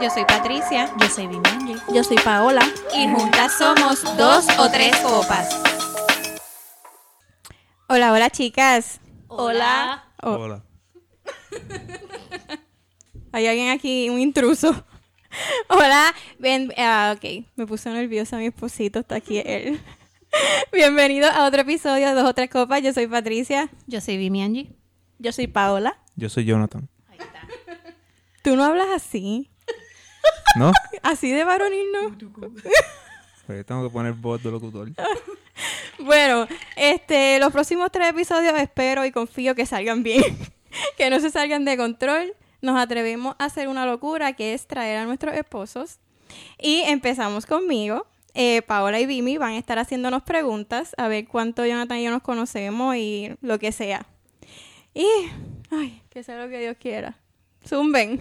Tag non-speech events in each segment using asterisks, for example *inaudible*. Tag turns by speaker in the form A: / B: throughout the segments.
A: Yo soy Patricia.
B: Yo soy Bimanji. Yo soy Paola.
A: Y juntas somos dos o tres copas.
B: Hola, hola chicas.
A: Hola.
B: Oh,
C: Hola.
B: Hay alguien aquí, un intruso. *laughs* hola. Ven, ah, ok. Me puso nerviosa mi esposito, está aquí él. *laughs* Bienvenido a otro episodio de Dos o Tres Copas. Yo soy Patricia.
A: Yo soy Vimianji.
B: Yo soy Paola.
C: Yo soy Jonathan.
B: Tú no hablas así.
C: ¿No?
B: Así de varonil, ¿no?
C: Pues tengo que poner voz de locutor.
B: Bueno, este, los próximos tres episodios espero y confío que salgan bien, *laughs* que no se salgan de control. Nos atrevemos a hacer una locura que es traer a nuestros esposos. Y empezamos conmigo. Eh, Paola y Vimi van a estar haciéndonos preguntas a ver cuánto Jonathan y yo nos conocemos y lo que sea. Y, ay, que sea lo que Dios quiera. Zumben.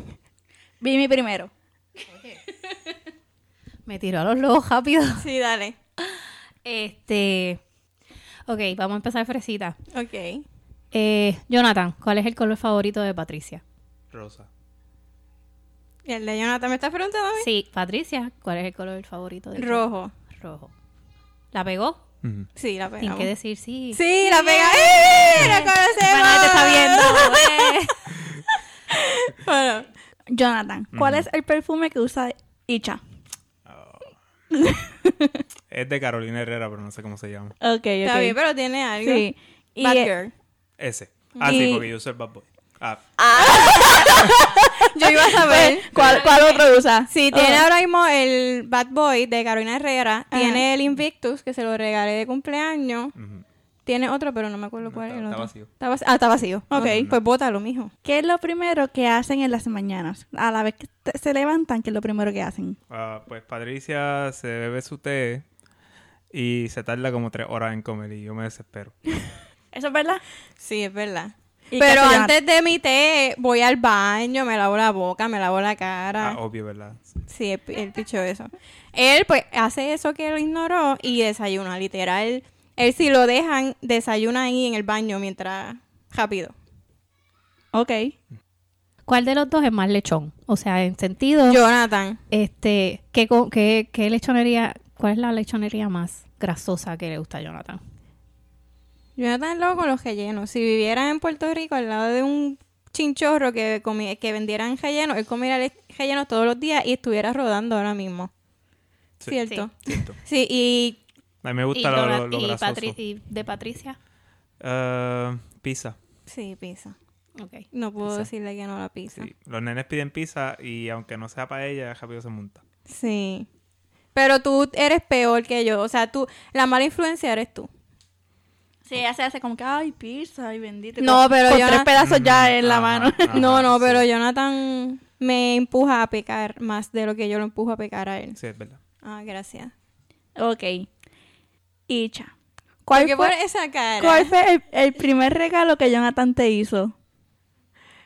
D: Vimi primero.
A: Me tiró a los lobos rápido. *laughs*
B: Sí, dale.
A: Este. Ok, vamos a empezar fresita.
B: Ok.
A: Eh, Jonathan, ¿cuál es el color favorito de Patricia?
C: Rosa.
B: ¿Y el de Jonathan me estás preguntando a mí?
A: Sí, Patricia, ¿cuál es el color favorito de
B: Rojo.
A: Rojo. ¿La pegó?
C: Ujú.
B: Sí, la
A: Sin
B: pegamos.
A: que decir sí.
B: Sí, la pega. ¡Eh! ¡La conocemos!
A: Bueno, te está viendo. eh.
B: Bueno,
D: Jonathan, ¿cuál es el perfume que usa Icha?
C: Es de Carolina Herrera, pero no sé cómo se llama.
D: Ok,
B: está bien, pero tiene algo.
D: Sí. Y,
B: Bad
D: eh,
B: girl.
C: Ese. Ah,
D: Y-
C: sí, porque yo soy el bad boy. Ah,
B: *laughs* Yo iba a saber.
D: ¿Cuál, cuál otro usa?
B: Sí, tiene ahora mismo el Bad Boy de Carolina Herrera.
D: Ajá.
B: Tiene el Invictus, que se lo regalé de cumpleaños.
C: ujú.
B: Tiene otro, pero no me acuerdo cuál
C: está-
B: es el
C: está
B: otro.
C: vacío.
B: Está vac- ah, está vacío. Ok, pues bótalo, mijo.
D: ¿Qué es lo primero que hacen en las mañanas? A la vez que te- se levantan, ¿qué es lo primero que hacen?
C: Ah, pues Patricia se bebe su té y se tarda como tres horas en comer y yo me desespero.
D: ¿Eso es verdad?
B: Sí, es verdad.
D: ¿Y
B: Pero
D: qué hace
B: antes de mi té, voy al baño, me lavo la boca, me lavo la cara.
C: Ah, obvio, ¿verdad?
B: Sí, él, él pichó eso. Él, pues, hace eso que lo ignoró y desayuna, literal. Él, si lo dejan, desayuna ahí en el baño mientras. Rápido.
D: Ok.
A: *laughs* ¿Cuál de los dos es más lechón? O sea, en sentido.
B: Jonathan.
A: Este, ¿qué, co- qué, qué lechonería, cuál es la lechonería más grasosa que le gusta a Jonathan?
B: Jonathan es loco con los rellenos. Si viviera en Puerto Rico al lado de un chinchorro que, comi- que vendieran rellenos, él comiera le- rellenos todos los días y estuviera rodando ahora mismo.
C: Sí.
B: ¿Cierto?
C: Siento.
B: Sí, y
C: A mí me gusta lo, lo, lo
A: y
C: grasoso.
A: Patri- y de Patricia.
C: Ah, pizza.
B: sí, pizza.
A: Ok.
B: No puedo
C: Pizza.
B: decirle que no a la pizza.
C: Sí. Los nenes piden pizza y aunque no sea para ella, rápido se monta.
B: Sí. Pero tú eres peor que yo. O sea, tú, la mala influencia eres tú.
D: Sí, ella se hace como que, ay, pizza, ay, bendito.
B: No, pero
D: Con
B: yo
D: tres
B: no-
D: pedazos ya en la
C: Ajá,
D: mano. *laughs*
C: ajá,
B: no, no,
C: Ah, pues, sí.
B: pero Jonathan me empuja a pecar más de lo que yo lo empujo a pecar a él.
C: Sí, es verdad.
B: Ah, gracias.
D: Ok. Icha.
B: ¿Por
D: ¿Cuál
B: qué
D: fue,
B: pones esa cara?
D: cuál fue el, el primer regalo que Jonathan te hizo?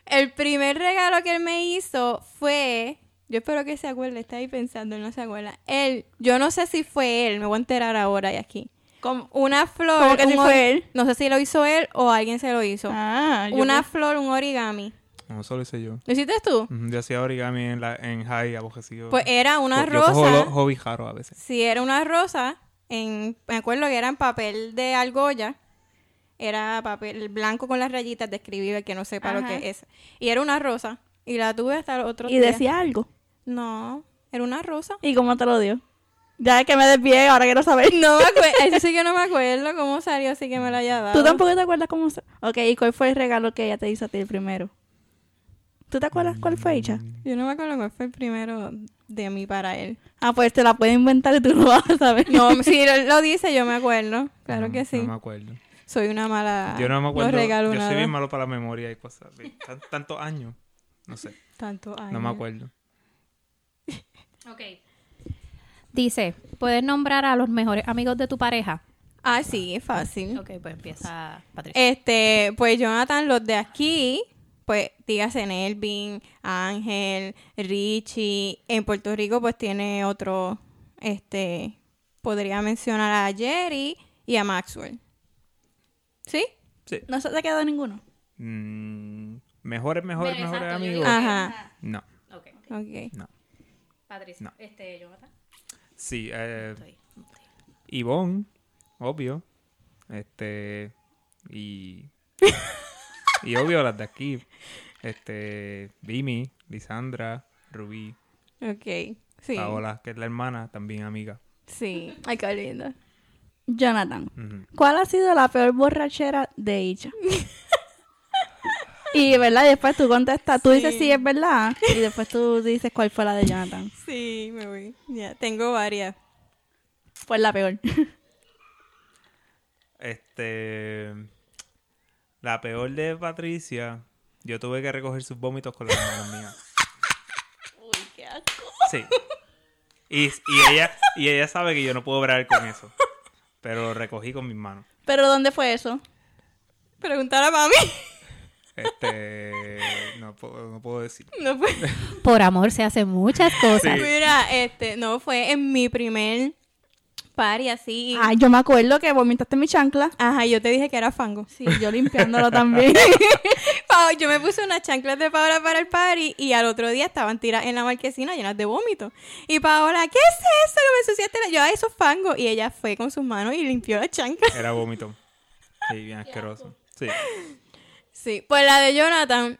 B: El primer regalo que él me hizo fue. Yo espero que se acuerde, está ahí pensando, él no se acuerda. Él, yo no sé si fue él, me voy a enterar ahora y aquí.
D: Como,
B: Una flor.
D: ¿Cómo que
B: un
D: si
B: or-
D: fue él? Ah,
B: No sé si lo hizo él o alguien se lo hizo.
D: una
B: Una flor, un origami.
C: No, solo hice yo.
B: ¿Lo hiciste tú?
C: Ujú, Yo hacía origami en, la, en high, abojecido.
B: Pues era una
C: Yo-
B: rosa.
C: Yo cojo lo- hobby jaro a veces.
B: Sí, era una rosa, en, me acuerdo que era en papel de argolla, era papel blanco con las rayitas de escribir, el que no sepa lo
D: Ajá.
B: que es. Y era una rosa, y la tuve hasta el otro
D: Y
B: día.
D: decía algo.
B: No, era una rosa.
D: ¿Y cómo te lo dio? Ya que me desvié, ahora quiero saber.
B: No me acuerdo, *laughs* eso sí que no me acuerdo cómo salió, así que me la haya dado.
D: ¿Tú tampoco te acuerdas cómo se... Ok, ¿y cuál fue el regalo que ella te hizo a ti el primero? ¿Tú te acuerdas cuál fue ella?
C: Mm,
B: Yo no me acuerdo cuál fue el primero de mí para él.
D: Ah, pues te la puede inventar y tú *laughs* no vas a saber.
B: No, *laughs* si lo, lo dice, yo me acuerdo. Claro
C: No,
B: que sí.
C: No me acuerdo.
B: Soy una mala.
C: yo no me acuerdo.
B: regalo
C: yo soy
B: nada.
C: bien malo para la memoria y cosas. de tan- tantos años. No sé.
B: Tanto
C: No me
B: año.
C: acuerdo.
A: Dice, ¿puedes nombrar a los mejores amigos de tu pareja?
B: Ah, sí, es fácil.
A: Ok, pues empieza Patricia.
B: Este, pues Jonathan, los de aquí, pues dígase Nelvin, Ángel, Richie. En Puerto Rico, pues tiene otro, este, podría mencionar a Jerry y a Maxwell. ¿Sí?
C: Sí.
D: No se te quedó ninguno.
C: Mm, mejores, mejores,
A: Bueno,
C: mejores
A: exacto, yo
C: amigos.
A: digo-
B: Ajá.
C: No,
A: Ok.
B: Ok.
C: no.
A: Patricia.
C: No.
A: Este, Jonathan.
C: Sí, eh,
A: Estoy-
C: Ivonne, obvio. Este.
B: *laughs*
C: Y. y obvio las de aquí. Este. Vimi, Lisandra, Rubí,
B: Ok. Sí.
C: Paola, que es la hermana, también amiga.
B: Sí.
D: Ay, qué linda. Jonathan,
C: Ujú.
D: ¿cuál ha sido la peor borrachera de *laughs* ella? y, ¿verdad? Y después tú contestas, tú dices
B: Sí.
D: sí, es verdad. Y después tú dices cuál fue la de Jonathan.
B: Sí, me voy. Ya, tengo varias.
D: Pues la *laughs* peor.
C: Este. La peor de Patricia, yo tuve que recoger sus vómitos con las manos mías. Sí. Y, y ella, y ella sabe que yo no puedo obrar con eso. Pero lo recogí con mis manos.
D: ¿Pero dónde fue eso?
B: Preguntar a mami. *laughs*
C: Este. No, puedo- no puedo decir.
B: No fue.
A: Por amor se hacen muchas cosas.
B: Mira, este, no fue en mi primer party así. y-
D: Ay, yo me acuerdo que vomitaste mi chancla.
B: Ajá, yo te dije que era fango.
D: Sí, yo limpiándolo también. *laughs*
B: Pa- yo me puse unas chanclas de Paola para el party y al otro día estaban tiradas en la marquesina llenas de vómito. Y Paola, ¿qué es eso que me ensuciaste? la-?" Yo, ah, eso es fango. Y ella fue con sus manos y limpió la chancla.
C: Era vómito. Sí, bien asqueroso. Sí.
B: Sí, pues la de Jonathan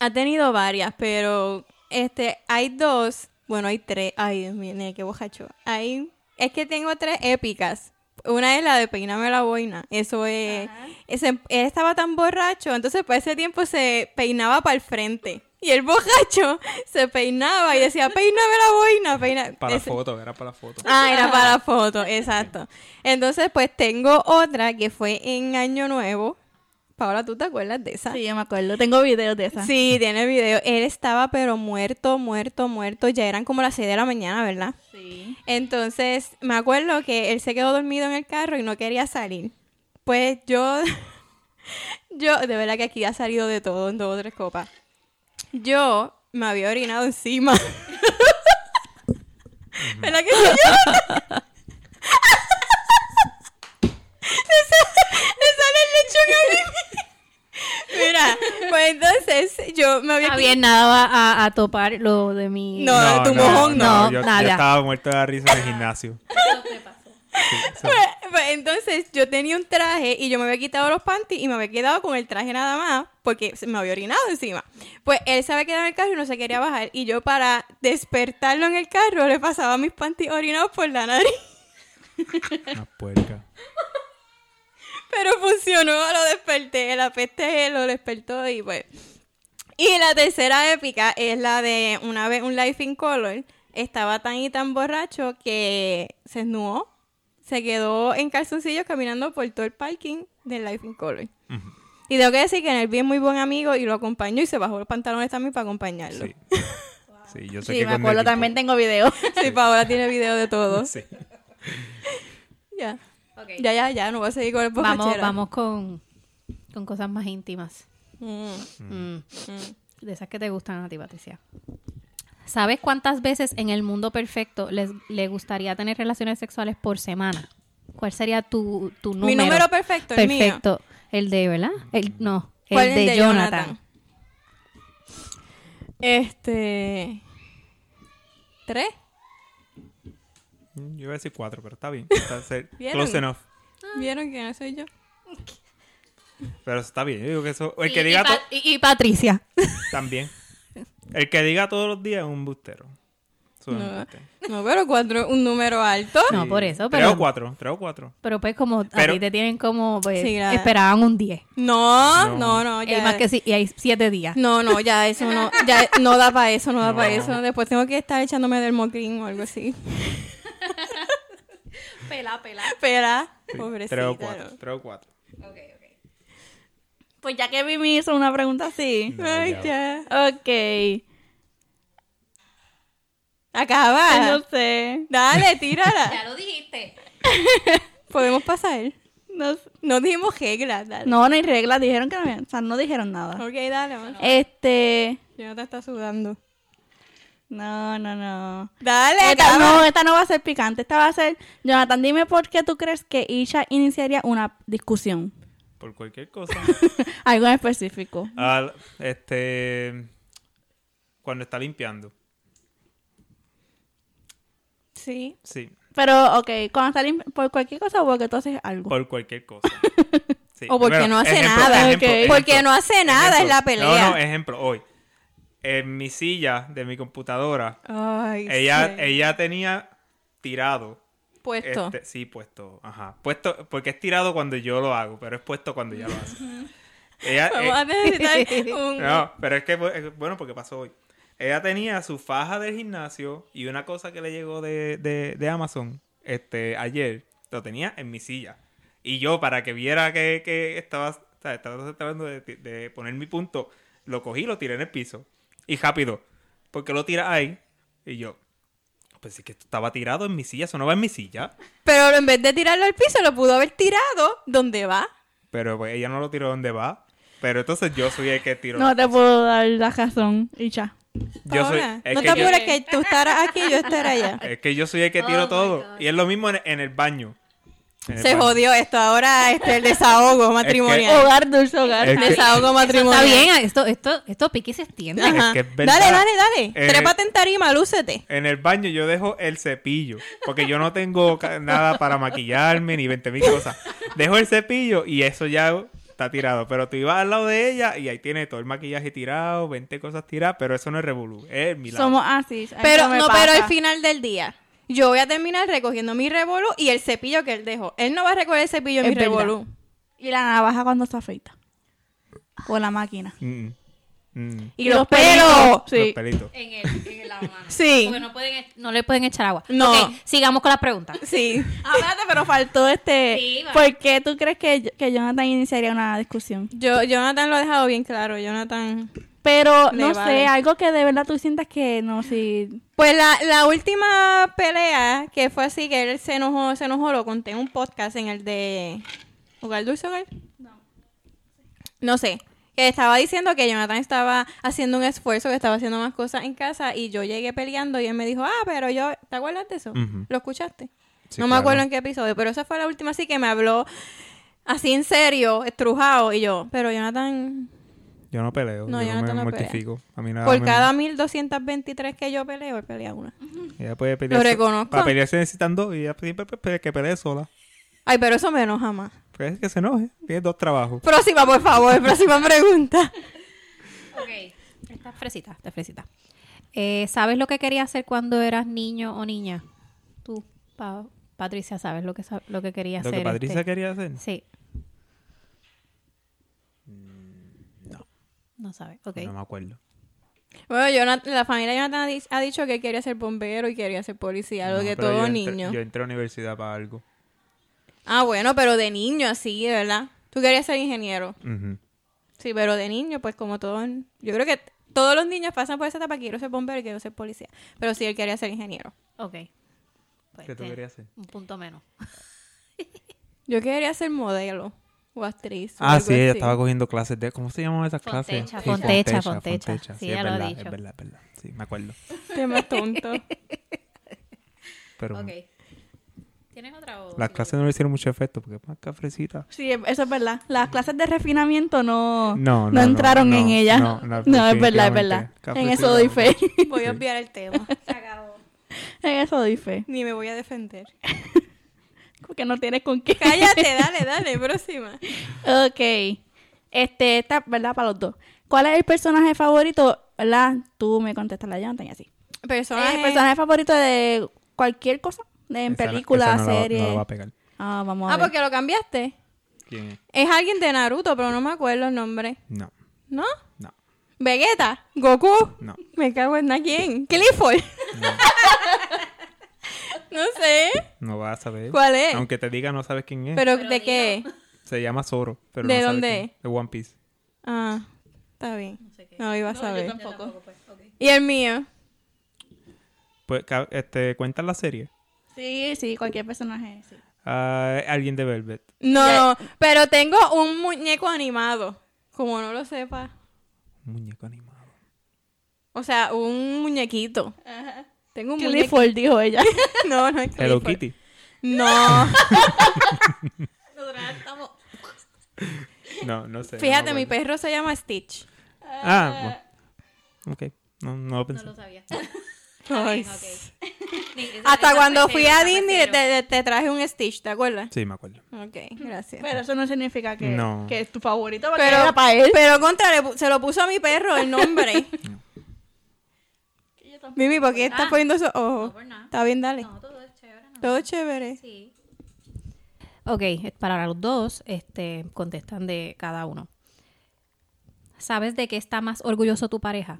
B: ha tenido varias, pero este, hay dos, bueno, hay tres. Ay, Dios mío, nene, qué bojacho. Hay, es que tengo tres épicas. Una es la de peinarme la boina. Eso es. ese- él estaba tan borracho, entonces para ese tiempo se peinaba para el frente. Y el bojacho *laughs* se peinaba y decía, peíname la boina, peina.
C: Para la
B: Ese-
C: foto, era para la foto.
B: Ah, era para la foto, exacto. Entonces, pues tengo otra que fue en Año Nuevo. Paola, ¿tú te acuerdas de esa?
D: sí, yo me acuerdo. Tengo videos de esa.
B: Sí, tiene video. Él estaba pero muerto, muerto, muerto. Ya eran como las 6 de la mañana, ¿verdad?
D: Sí.
B: Entonces, me acuerdo que él se quedó dormido en el carro y no quería salir. Pues yo, *laughs* yo, de verdad que aquí ha salido de todo en dos o tres copas. Yo me había orinado encima. *laughs* ¿Verdad que sí? *laughs* Le sale el lechón a mí. *laughs* Mira, pues entonces yo me había...
A: Está bien, nada va a, a topar lo de mi...
B: No, de tu mojón,
A: no.
C: yo, yo
A: Nada.
C: estaba muerto de la risa en
A: *laughs*
C: el gimnasio. Sí, sí.
B: Pues, *laughs* pues, entonces yo tenía un traje y yo me había quitado los panties y me había quedado con el traje nada más porque se me había orinado encima. Pues él se había quedado en el carro y no se quería bajar y yo para despertarlo en el carro le pasaba mis panties orinados por la nariz.
C: Una puerca.
B: Pero funcionó, lo desperté, la peste lo despertó y pues. Y la tercera épica es la de una vez un Life in Color. Estaba tan y tan borracho que se esnuó, se quedó en calzoncillos caminando por todo el parking del Life in Color.
C: Ujú.
B: Y tengo que decir que en el bien muy buen amigo y lo acompañó y se bajó los pantalones también para acompañarlo.
C: Sí.
B: Sí,
C: Sí, yo sé
D: Sí,
C: que
D: me
C: con
D: acuerdo.
C: Nelly-
D: También tengo videos.
B: Paola tiene video de
C: *laughs*
B: todo.
C: Sí.
B: Ya,
A: Ok.
B: ya, ya, ya, no voy a seguir con el
A: Vamos,
B: borrachera.
A: vamos con, con cosas más íntimas.
B: Mm,
A: Mm.
B: mm.
A: De esas que te gustan a ti, Patricia. ¿Sabes cuántas veces en el mundo perfecto les, le gustaría tener relaciones sexuales por semana? ¿Cuál sería tu, tu número?
B: Mi número perfecto, el mío.
A: perfecto. El de, ¿verdad? El, no, el
B: ¿Cuál es
A: de, Jonathan.
B: Este. ¿Tres?
C: Yo iba a decir cuatro, pero está bien. Está
A: *laughs*
C: ser-
B: ¿Vieron?
C: close enough.
A: Ah.
B: ¿Vieron que no soy yo?
C: Pero está bien. Yo digo que eso. El
A: Y-
C: que
A: y
C: diga
A: Pa-
C: todo.
A: y, y Patricia.
B: *laughs*
C: También. El que diga todos los días es un bustero. Eso es un
B: No.
C: embustero.
B: No, pero cuatro es un número alto.
A: No,
C: Sí.
A: por eso,
C: Tres
A: pero-
C: o cuatro. Tres o cuatro.
A: Pero pues como
C: Pero-
A: a ti te tienen como, pues,
B: Sí, la-
A: esperaban un 10.
B: No,
C: No.
B: no, no.
A: Y
B: ya.
A: más que sí, y hay 7 días.
B: No, no, ya eso no. Ya no da para eso, no da
C: No.
B: para eso. Después tengo que estar echándome del mocrín o algo así.
A: *laughs* Pela, pela.
B: Espera,
C: Sí,
B: pobrecita.
C: Tres o cuatro.
B: ¿no?
C: Tres o cuatro.
D: *laughs* Pues ya que Vimi hizo una pregunta así.
C: No,
B: Ay,
C: ya.
B: ya.
D: Ok. Pues
B: Acaba.
D: No sé.
B: Dale,
A: *laughs*
B: tírala.
A: lo dijiste.
B: Podemos pasar.
D: No, s-
B: No dijimos reglas, dale.
D: no, no hay reglas. Dijeron que no habían. O sea, no dijeron nada.
B: Ok, dale. vamos.
D: Este.
B: Jonathan está sudando.
D: No, no, no.
B: Dale,
D: Esta
B: acaba.
D: no, esta no va a ser picante. Esta va a ser. Jonathan, dime por qué tú crees que Isha iniciaría una discusión. *laughs*
C: Por cualquier cosa.
D: Algo en específico.
C: Al- este. Cuando está limpiando.
B: Sí.
C: Sí,
D: Pero, ok, cuando está lim- por cualquier cosa o porque tú haces algo.
C: por cualquier
B: *laughs*
C: cosa. Sí,
B: O porque no hace
C: ejemplo,
B: nada.
C: ejemplo,
D: Ok.
C: ejemplo,
B: Porque no hace nada, es
C: ejemplo.
B: la pelea.
C: No, no, ejemplo, hoy. En mi silla de mi computadora,
B: Ay,
C: ella,
B: sí.
C: ella tenía tirado.
B: Puesto.
C: este- sí, puesto. Ajá. Puesto, porque es tirado cuando yo lo hago, pero es puesto cuando ella lo hace. Ella, eh,
B: Vamos a necesitar *laughs* un...
C: no, pero es que, bu- eh, bueno, porque pasó hoy. Ella tenía su faja del gimnasio y una cosa que le llegó de, de- de Amazon este, ayer, lo tenía en mi silla. Y yo, para que viera que, que estaba, o sea, estaba tratando de, ti- de poner mi punto, lo cogí, lo tiré en el piso. Y rápido, porque lo tira ahí. Y yo, pues es que esto estaba tirado en mi silla, eso no va en mi silla.
B: Pero en vez de tirarlo al piso, lo pudo haber tirado donde va.
C: Pero pues, ella no lo tiró donde va. Pero entonces yo soy el que tiró.
D: No te puedo dar la razón y ya.
C: yo soy,
B: Paola,
C: es
B: no
C: que
B: te
C: yo-
B: apures que tú estarás aquí y yo estaré
C: *laughs*
B: allá.
C: Es que yo soy el que
A: Oh
C: tiro
A: my
C: todo.
A: God.
C: Y es lo mismo en, en el baño. En el
B: Se
C: baño.
B: jodió esto. Ahora este, el desahogo matrimonial.
D: Hogar, dulce hogar.
C: Es que-
B: Desahogo
A: Está
B: matrimonial.
A: bien, ah, esto, esto, esto pique y se
B: *laughs*
A: extiende.
C: Es
B: Ajá.
C: que es verdad.
B: dale, dale, dale.
C: Eh,
B: Trépate en tarima, lúcete.
C: En el baño yo dejo el cepillo. Porque yo no tengo ca- nada para maquillarme ni 20 mil cosas. Dejo el cepillo y eso ya está tirado. Pero tú ibas al lado de ella y ahí tiene todo el maquillaje tirado, 20 cosas tiradas. Pero eso no es revolú. Es mi lado.
D: Somos así. a mí
B: Pero
D: me
B: no,
D: pasa.
B: pero al final del día, yo voy a terminar recogiendo mi revolú y el cepillo que él dejó. Él no va a recoger el cepillo en
D: Es
B: mi
D: verdad.
B: revolú.
D: Y la navaja cuando se afeita. O la máquina.
C: Mm, mm.
B: Y, los, pelos.
D: pelitos.
C: Los
D: Sí.
C: pelitos.
A: En, el, en la mano.
B: Sí.
A: Porque no, pueden e- no le pueden echar agua.
B: No.
A: Ok, sigamos con las preguntas.
B: Sí.
D: Ah, espérate, pero faltó este.
A: Sí, va.
D: ¿Por qué tú crees que, yo- que Jonathan iniciaría una discusión?
B: Yo, Jonathan lo ha dejado bien claro, Jonathan.
D: Pero
B: Le
D: no
B: vale.
D: sé, algo que de verdad tú sientas que no, si.
B: Pues la, la última pelea que fue así, que él se enojó, se enojó, lo conté en un podcast en el de Hogar Dulce Hogar. No. No sé. Que estaba diciendo que Jonathan estaba haciendo un esfuerzo, que estaba haciendo más cosas en casa y yo llegué peleando y él me dijo, ah, pero yo, ¿te acuerdas de eso?
C: Ujú.
B: ¿Lo escuchaste?
C: Sí,
B: no me
C: claro.
B: acuerdo en qué episodio, pero esa fue la última así que me habló así en serio, estrujado y yo, pero Jonathan,
C: Yo no peleo.
B: No,
C: yo no
B: Jonathan
C: me
B: no pelea.
C: mortifico. A mí nada
B: por
C: Ah, me-
B: cada 1223 que yo peleo, él pelea una.
C: Ella puede pelear. so-
B: reconozco.
C: Para pelear se necesitan dos y ella siempre pe- pe- que pelee sola.
B: Ay, pero eso me enoja más.
C: Pues es que se enoje. Tiene dos trabajos.
B: Próxima, por favor, *laughs* próxima pregunta.
A: Ok. Está fresita, está fresita. Eh, ¿Sabes lo que querías hacer cuando eras niño o niña? Tú, Pa- Patricia, ¿sabes lo que, sa- lo que quería
C: Lo
A: hacer?
C: que Patricia
A: este?
C: quería hacer.
A: Sí. No. No sabe. Ok.
C: Mm, Pues No me acuerdo.
B: Bueno, Jonathan- la familia de Jonathan ha di- ha dicho que quería ser bombero y quería ser policía, lo
C: No,
B: que
C: pero
B: todo
C: yo entré-
B: niño.
C: Yo entré a la universidad para algo.
B: Ah, bueno, pero de niño así, ¿verdad? Tú querías ser ingeniero.
C: Ujú.
B: Sí, pero de niño, pues como todo... Yo creo que todos los niños pasan por esa etapa, quiero ser bombero y quiero ser policía. Pero sí, él quería ser ingeniero.
A: Ok. Pues,
C: ¿Qué tú
A: te-
C: querías hacer?
A: Un punto menos.
B: Yo quería ser modelo o actriz. o
C: Ah,
B: algo
C: sí, ella
B: así.
C: estaba cogiendo clases de... ¿Cómo se llamaban esas clases?
A: Fontecha,
C: Sí,
A: fontecha, fontecha. Sí,
C: Sí, es
A: ella lo ha
C: verdad,
A: dicho.
C: es verdad, es verdad. Sí, me acuerdo.
B: *laughs* Tema
C: *laughs*
B: tonto.
C: Pero
A: Ok. ¿Tienes otra o
C: las
A: sigo
C: clases no le hicieron mucho efecto porque ah, es más cafrecita.
D: Sí, eso es verdad. Las clases de refinamiento no,
C: No, no, no,
D: entraron
C: no,
D: en ella.
C: no,
D: No,
C: no,
D: es verdad, es verdad.
C: definitivamente.
D: En eso
C: Cafecito.
D: doy fe.
B: Voy
C: Sí.
B: a obviar el tema.
D: *laughs* en eso doy fe.
B: Ni me voy a defender.
D: Porque no tienes con qué.
B: Cállate, dale, dale, próxima.
D: Ok. Este, esta, ¿verdad? Para los dos. ¿Cuál es el personaje favorito? ¿Verdad? Tú me contestas la llanta y así.
B: Personaje.
D: ¿El personaje favorito de cualquier cosa? De, en
C: Esa no-
D: película,
C: esa no la va-
D: serie.
C: no la va a pegar.
D: Ah, vamos a
B: Ah,
D: ver.
B: porque lo cambiaste.
C: ¿Quién es?
B: Es alguien de Naruto, pero no me acuerdo el nombre.
C: No,
B: ¿No?
C: no,
B: Vegeta, Goku.
C: no.
B: Me cago en la- quién. Clifford. *laughs* no sé.
C: No vas a saber.
B: ¿Cuál es?
C: Aunque te diga, no sabes quién es.
B: Pero, ¿de qué?
C: Se llama Zoro. Pero
B: ¿De
C: no sabes
B: dónde
C: quién es. De One Piece.
B: Ah, está bien. No lo iba a saber.
A: tampoco.
B: ¿Y el mío?
C: Pues, ca- este, ¿cuentas la serie?
D: Sí, sí, cualquier personaje. Sí.
C: Ah, alguien de Velvet.
B: No, no. Pero tengo un muñeco animado. Como no lo sepa.
C: Un muñeco animado.
B: O sea, un muñequito. Tengo un muñeco.
D: Clifford, dijo ella.
B: *laughs* No, no es
C: Hello
B: Clifford.
C: Kitty. *laughs*
B: No.
C: No, no sé. no
B: Fíjate,
C: me
B: mi
C: acuerdo.
B: perro se llama Stitch.
C: Ah, bueno. Ok. No, no lo pensé.
A: sabía.
B: Ay,
A: *laughs* Ni- esa-
B: Hasta
A: esa
B: cuando
A: prefiero,
B: fui
A: esa
B: a Disney te, te-
A: prefiero.
B: te traje un Stitch, ¿te acuerdas?
C: Sí, me acuerdo.
B: Ok, gracias.
D: Pero eso no significa que,
C: No.
D: que es tu favorito, porque
B: Pero,
D: era para él.
B: pero contra, le pu- se lo puso a mi perro el
A: *laughs*
B: nombre. Mimi, ¿por qué estás
A: Ah.
B: poniendo esos ojos?
A: No, por nada.
B: Está bien, dale.
A: No, todo es chévere, no.
B: Todo chévere.
A: Sí. Ok, eh, para los dos, este, contestan de cada uno. ¿Sabes de qué está más orgulloso tu pareja?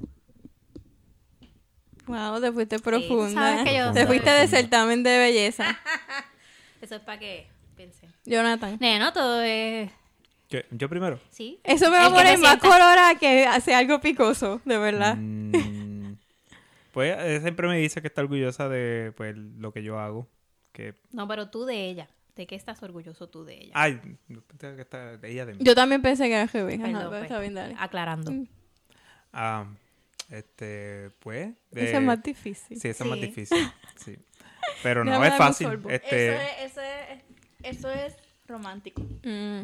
B: Wow, te fuiste profunda.
A: sabes que yo
B: te
A: soy-
B: fuiste de certamen de belleza.
A: *laughs* Eso es para que piensen.
B: Jonathan.
A: Neno, todo es...
C: ¿Qué? ¿Yo primero?
A: Sí.
B: Eso me va a
A: El que se
B: poner más
A: sienta-
B: colorada que hace algo picoso, de verdad.
C: Mm, pues eh, siempre me dice que está orgullosa de pues, lo que yo hago. Que,
A: No, pero tú de ella. ¿De qué estás orgulloso tú de
B: Ah,
A: ella?
C: ay, tengo que estar de ella de mí.
B: Yo también pensé que era GB. Ajá,
A: Perdón,
B: Ah, pero
A: pues,
B: está bien, dale.
A: Aclarando.
B: Mm.
C: Ah, este, pues. de-
B: Eso es más difícil.
C: Sí, eso es más
A: Sí.
C: difícil. sí. Pero no
B: Déjame
C: es
B: darme un
C: fácil.
B: sorbo.
C: Este,
D: Eso, es, eso, es, eso es romántico.
B: Mm.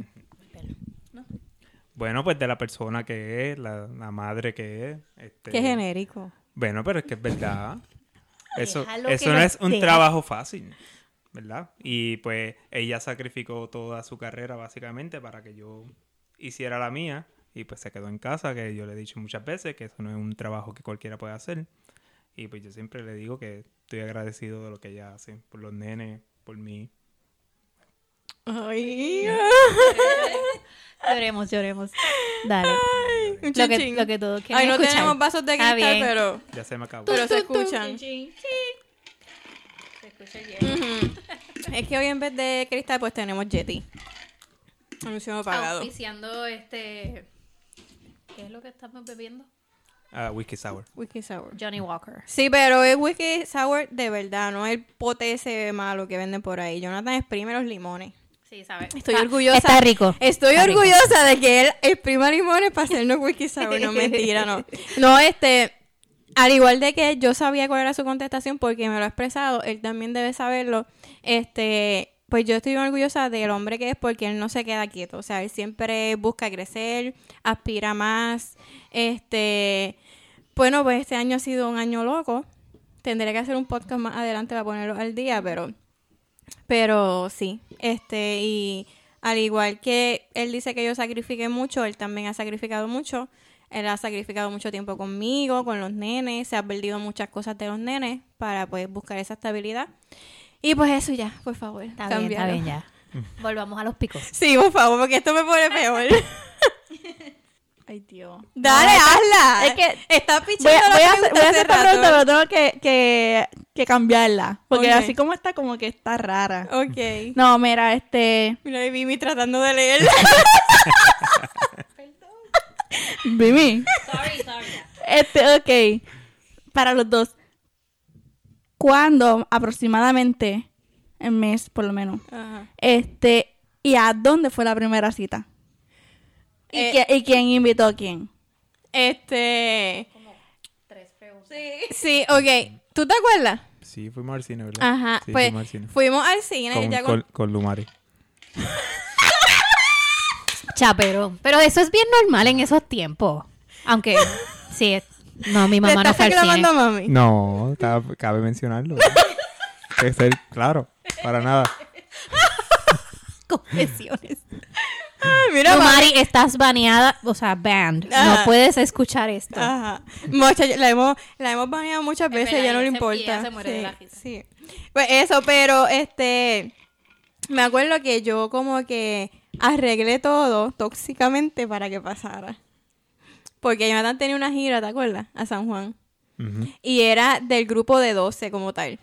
C: Bueno, pues de la persona que es, la, la madre que es. Este,
B: Qué genérico.
C: Bueno, pero es que es verdad. Eso,
A: Déjalo que
C: eso no
A: lo-
C: es un
A: deja-
C: trabajo fácil, ¿verdad? Y pues ella sacrificó toda su carrera básicamente para que yo hiciera la mía y pues se quedó en casa, que yo le he dicho muchas veces que eso no es un trabajo que cualquiera puede hacer. Y pues yo siempre le digo que estoy agradecido de lo que ella hace, por los nenes, por mí.
B: Ay,
A: Lloremos, lloremos. Dale.
B: Ah, un
A: Lo que,
B: chinchín.
A: lo que todos quieren
B: Ay, no
A: escuchar.
B: tenemos vasos de
A: Está
B: cristal,
A: bien.
B: pero,
C: Ya se me acabó.
B: pero se escuchan.
A: Se escucha bien.
B: Ujú. Es que hoy en vez de cristal, pues tenemos Yeti. Anuncio
A: Ah,
B: no pagado.
A: Auspiciando este... ¿Qué es lo que estamos bebiendo?
C: Ah, whisky sour.
B: Whisky sour.
A: Johnny Walker.
B: Sí, pero es whisky sour de verdad, no el pote ese malo que venden por ahí. Jonathan exprime los limones.
A: Sí, ¿sabes?
B: Estoy
A: Está-
B: orgullosa.
A: Ah, Está rico.
B: Estoy
A: Está rico.
B: orgullosa de que él exprima limones para hacernos whisky sour. No, mentira,
A: *laughs*
B: no. No, este... Al igual de que yo sabía cuál era su contestación porque me lo ha expresado, él también debe saberlo. Este... Pues yo estoy orgullosa del hombre que es porque él no se queda quieto. O sea, él siempre busca crecer, aspira más. Este... Bueno, pues este año ha sido un año loco. Tendré que hacer un podcast más adelante para ponerlo al día, pero... Pero sí, este, y al igual que él dice que yo sacrifiqué mucho, él también ha sacrificado mucho. Él ha sacrificado mucho tiempo conmigo, con los nenes, se ha perdido muchas cosas de los nenes para pues buscar esa estabilidad. Y pues eso ya, por favor.
A: Está bien, está
B: cámbialo.
A: bien ya.
B: Mm.
A: Volvamos a los picos.
B: Sí, por favor, porque esto me pone
D: *laughs*
B: peor. *laughs*
D: Ay, Dios.
B: Dale, hazla.
D: es que-
B: está
D: Voy
B: pichando
D: a,
B: la
D: voy a hacer,
B: pregunta
D: voy
B: hace
D: a hacer esta
B: rato.
D: pregunta, pero tengo que, que, que cambiarla. Porque
B: Ok.
D: así como está, como que está rara.
B: Ok.
D: No, mira, este.
B: Mira, y Mimi tratando de
D: *laughs*
B: leer.
D: Bimi.
A: Sorry, sorry.
D: Este, ok. Para los dos. ¿Cuándo aproximadamente? En mes, por lo menos.
B: Ajá.
D: Este, ¿y a dónde fue la primera cita? ¿Y,
B: Eh,
D: qui- y quién invitó a quién?
B: Este.
A: Tres preguntas.
B: Sí, ok. ¿Tú te acuerdas?
C: Sí, fuimos al cine, ¿verdad?
B: Ajá,
C: Sí,
B: pues
C: fuimos al cine.
B: fuimos al cine
C: Con,
B: ya
C: con,
B: con-
C: con Lumari.
A: Chaperón. Pero eso es bien normal en esos tiempos.
B: *laughs*
A: Aunque, sí, es- no, mi
B: ¿Le
A: mamá no
B: estás
A: fue al
B: reclamando
A: cine.
B: a mami?
C: *laughs* No, ca- cabe mencionarlo. que ser claro, para nada.
A: *laughs* Confesiones.
B: Ay, mira,
A: No,
B: mami.
A: Mari, estás baneada, o sea, banned.
B: Ajá.
A: No puedes escuchar esto.
B: Ajá. Mocha, la hemos, la hemos baneado muchas
A: Es
B: veces,
A: verdad,
B: ya no le
A: ella se-
B: importa.
A: ella se muere
B: sí,
A: de la risa.
B: sí. Pues eso, pero este. Me acuerdo que yo como que arreglé todo tóxicamente para que pasara. Porque Jonathan tenía una gira, ¿te acuerdas? A San Juan.
C: Ujú.
B: Y era del grupo de 12 como tal.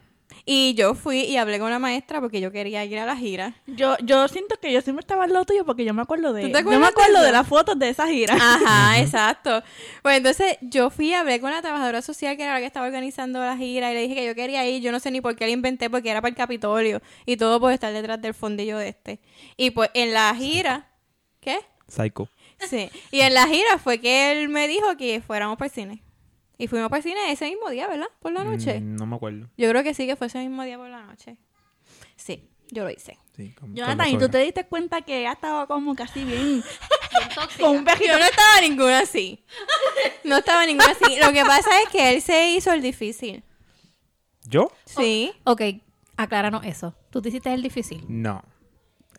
B: Y yo fui y hablé con la maestra porque yo quería ir a la gira.
D: Yo, yo siento que yo siempre estaba al lado tuyo porque yo me acuerdo de.
B: ¿Tú te
D: yo me
B: acuerdas de
D: acuerdo
B: eso?
D: de, las fotos de esa gira.
B: Ajá, exacto. Bueno, entonces yo fui, hablé con la trabajadora social que era la que estaba organizando la gira y le dije que yo quería ir. Yo no sé ni por qué la inventé, porque era para el Capitolio y todo por estar detrás del fondillo de este. Y pues en la gira. ¿Qué?
C: Psycho.
B: Sí. Y en la gira fue que él me dijo que fuéramos para el cine. Y fuimos para el cine ese mismo día, ¿verdad? Por la noche.
C: Mm, no me acuerdo.
B: Yo creo que sí, que fue ese mismo día por la noche. Sí, yo lo hice.
C: Sí, con- con
D: Jonathan, ¿y tú
C: nosotros.
D: te diste cuenta que ella estaba como casi bien?
A: Bien tóxica.
D: con un pejito.
B: Yo no estaba ninguna así. No estaba ninguna así. Lo que pasa es que él se hizo el difícil.
C: ¿Yo?
B: Sí.
A: Ok, acláranos eso. Tú te hiciste el difícil.
C: No.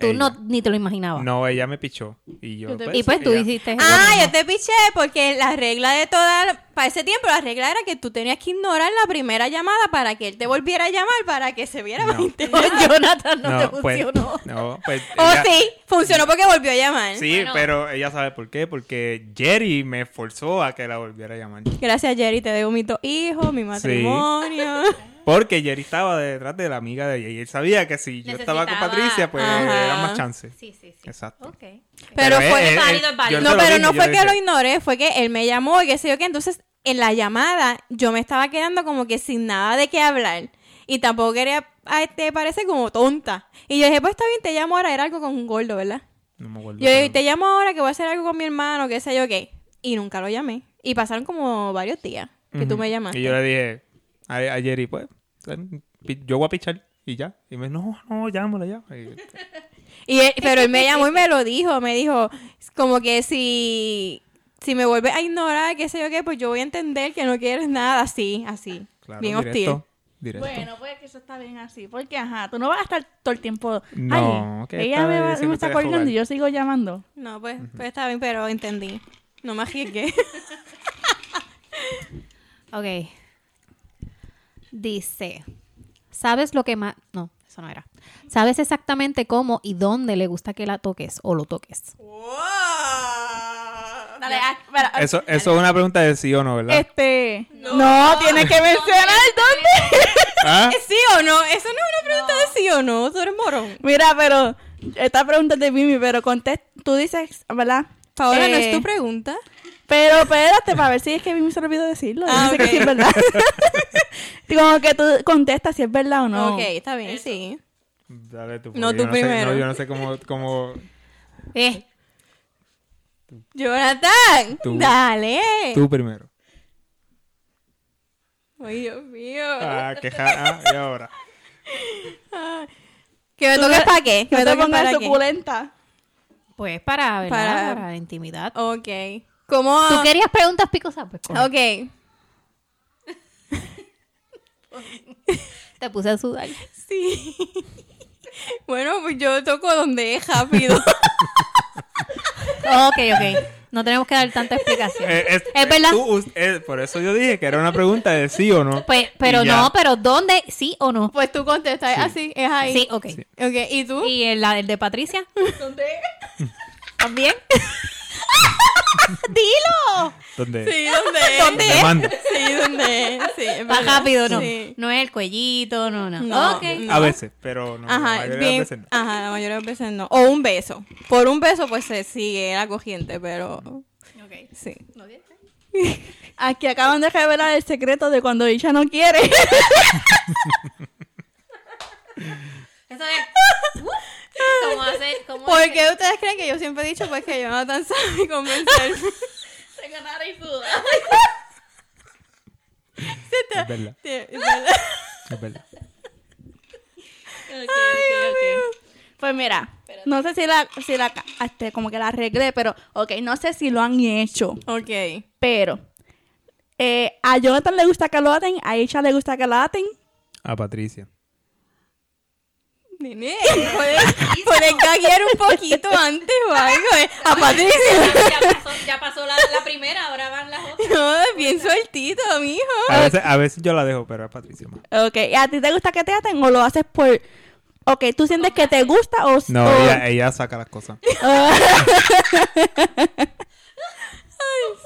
A: Tú
C: Ella.
A: no ni te lo imaginabas.
C: No, ella me pichó. Y yo.
D: Yo te
A: Y pues tú
C: ella-
A: hiciste el
B: Ah,
A: bueno,
B: yo te piché porque la regla de toda... Para ese tiempo la regla era que tú tenías que ignorar la primera llamada para que él te volviera a llamar para que se viera
C: No.
B: más intenso.
A: no. *laughs* Jonathan no, te
C: pues,
A: funcionó.
C: No,
A: *laughs*
C: pues.
B: *laughs* Oh,
C: ella-
B: sí, funcionó porque volvió a llamar.
C: Sí,
A: Bueno.
C: pero ella sabe por qué. Porque Jerry me forzó a que la volviera a llamar.
B: Gracias, Jerry, te debo mis dos hijos, mi matrimonio.
C: *laughs* Porque Jerry estaba detrás de la amiga de ella. Y él sabía que si yo estaba con
A: Necesitaba-
C: Patricia, pues
B: Ajá.
C: era más chance.
A: Sí, sí, sí.
C: Exacto.
A: Ok.
B: Pero
C: él-
B: fue-
C: él-
A: es válido,
C: él-
A: es válido.
C: eh, yo
B: No,
C: se lo
B: pero
C: dije,
B: no
C: yo
B: fue
C: le
B: que lo
C: dije,
B: ignoré, fue que él me llamó y qué sé yo qué. Entonces, en la llamada, yo me estaba quedando como que sin nada de qué hablar. Y tampoco quería a este, parece como tonta. Y yo dije, pues está bien, te llamo ahora. Era algo con un gordo, ¿verdad?
C: No me acuerdo.
B: Yo dije,
C: pero-
B: te llamo ahora que voy a hacer algo con mi hermano, qué sé yo qué. Y nunca lo llamé. Y pasaron como varios días que tú
C: Ujú.
B: me llamaste.
C: Y yo le dije a, a Jerry, pues, pi- yo voy a pichar y ya. Y me dice, no, no, llámala ya. Y-
B: Y
D: *laughs*
B: él- pero él me llamó y me lo dijo, me dijo, como que si, si me vuelves a ignorar, qué sé yo qué, pues yo voy a entender que no quieres nada así, así,
C: claro,
B: bien hostil.
C: directo, Directo.
D: Bueno, pues que eso está bien así, porque ajá, tú no vas a estar todo el tiempo.
C: No,
D: "Ay,
C: que
D: ella
C: está-
D: me, va-
C: siempre
D: me está
C: te va a
D: colgando
C: jugar".
D: y yo sigo llamando.
B: No, pues, pues está bien, pero entendí. No me arriesgué.
A: Ok. Dice, ¿sabes lo que más... No, eso no era. ¿Sabes exactamente cómo y dónde le gusta que la toques o lo toques?
D: *laughs* Dale, ah, espera, ah,
C: Eso, eso es una pregunta de sí o no, ¿verdad?
D: este.
A: No.
D: No, tiene que mencionar dónde.
C: ¿Ah?
B: ¿Sí o no? Eso no es una pregunta de sí o no, tú eres morón.
D: *laughs* Mira, pero esta pregunta es de Mimi, pero contest tú dices, ¿verdad?
B: Paola, ¿no es
D: Eh,
B: tu pregunta?
D: Pero espérate, para ver si es que Mimi se olvidó decirlo.
B: Ah,
D: Dice que
B: ok.
D: sí
B: *laughs*
D: es verdad. Como que tú contestas si es verdad o no.
B: Ok, está bien, sí.
C: Dale tú.
B: No, tú
C: porque yo sé-
B: primero.
C: no, yo no sé cómo, cómo
A: Eh,
B: Jonathan,
C: Tú.
B: dale.
C: tú primero.
B: Ay, Dios mío.
C: Ah, que ja- ah,
B: *laughs*
C: y ahora.
B: ¿Que me
D: Tú
B: toques
D: no-
B: para qué? ¿Que
D: No
B: me
D: te
B: toques
D: pongas
B: para qué?
D: suculenta.
A: pues para, ¿verdad? Para,
B: Para-
A: la intimidad.
B: Ok. ¿Cómo?
A: ¿Tú querías preguntas picosas? Pues coge.
B: Ok.
A: te puse a sudar.
B: Sí. *laughs* Bueno, pues yo toco donde es rápido.
A: Ok, ok. No tenemos que dar tanta explicación.
C: Eh, es,
A: Es verdad.
C: tú, us- eh, por eso yo dije que era una pregunta de sí o
B: *laughs*
C: no.
A: Pues, pero
C: Y ya.
A: no, pero ¿dónde? ¿Sí o no?
B: *laughs* pues tú contestas
C: Sí.
B: así, es ahí.
A: Sí, ok.
C: Sí.
B: Ok, ¿y tú?
A: ¿Y el, la- el de Patricia? *laughs*
B: ¿También?
A: ¡Dilo!
C: ¿Dónde?
B: Sí, ¿dónde es?
A: ¿Dónde es?
C: Demanda.
B: Sí, ¿dónde es? Sí, es
A: Va
B: verdad.
A: Ah, rápido, no.
B: Sí.
A: No es el cuellito, no, no.
B: No.
A: Ok.
C: A veces, pero no. la
B: Ajá,
C: mayoría de las
B: bien, Ah.
C: veces no.
B: ajá, la mayoría de las veces no. O un beso. Por un beso, pues se sigue la corriente, pero
A: Ok.
B: sí.
D: Aquí acaban de revelar el secreto de cuando ella no quiere.
A: Eso es.
B: *laughs*
A: ¿Cómo hacer? ¿Cómo
B: ¿Por qué ustedes creen que yo siempre he dicho pues que Jonathan *laughs* sabe *laughs* convencerme?
A: se ganara y suda?
C: Es
B: *laughs*
C: verdad, es verdad.
D: Pues mira, no sé si la, si la ca- este, como que la arreglé, pero ok, no sé si lo han hecho,
B: ok.
D: pero eh, a Jonathan le gusta que lo aten, a Isha le gusta que
B: *laughs*
D: la aten.
C: A Patricia.
B: Nene, *laughs* puedes, puedes caguear un
D: *laughs*
B: poquito antes o algo. eh. A *laughs* Patricia.
A: Ya pasó, la, primera, ahora van las otras.
B: No, bien sueltito, mijo.
C: A veces, a veces yo la dejo, pero a Patricia más.
D: Ok, ¿a ti te gusta que te aten o lo haces por... Ok, ¿tú sientes que te gusta o...
C: No, eh.
D: o- *laughs*
C: ella, ella saca las cosas.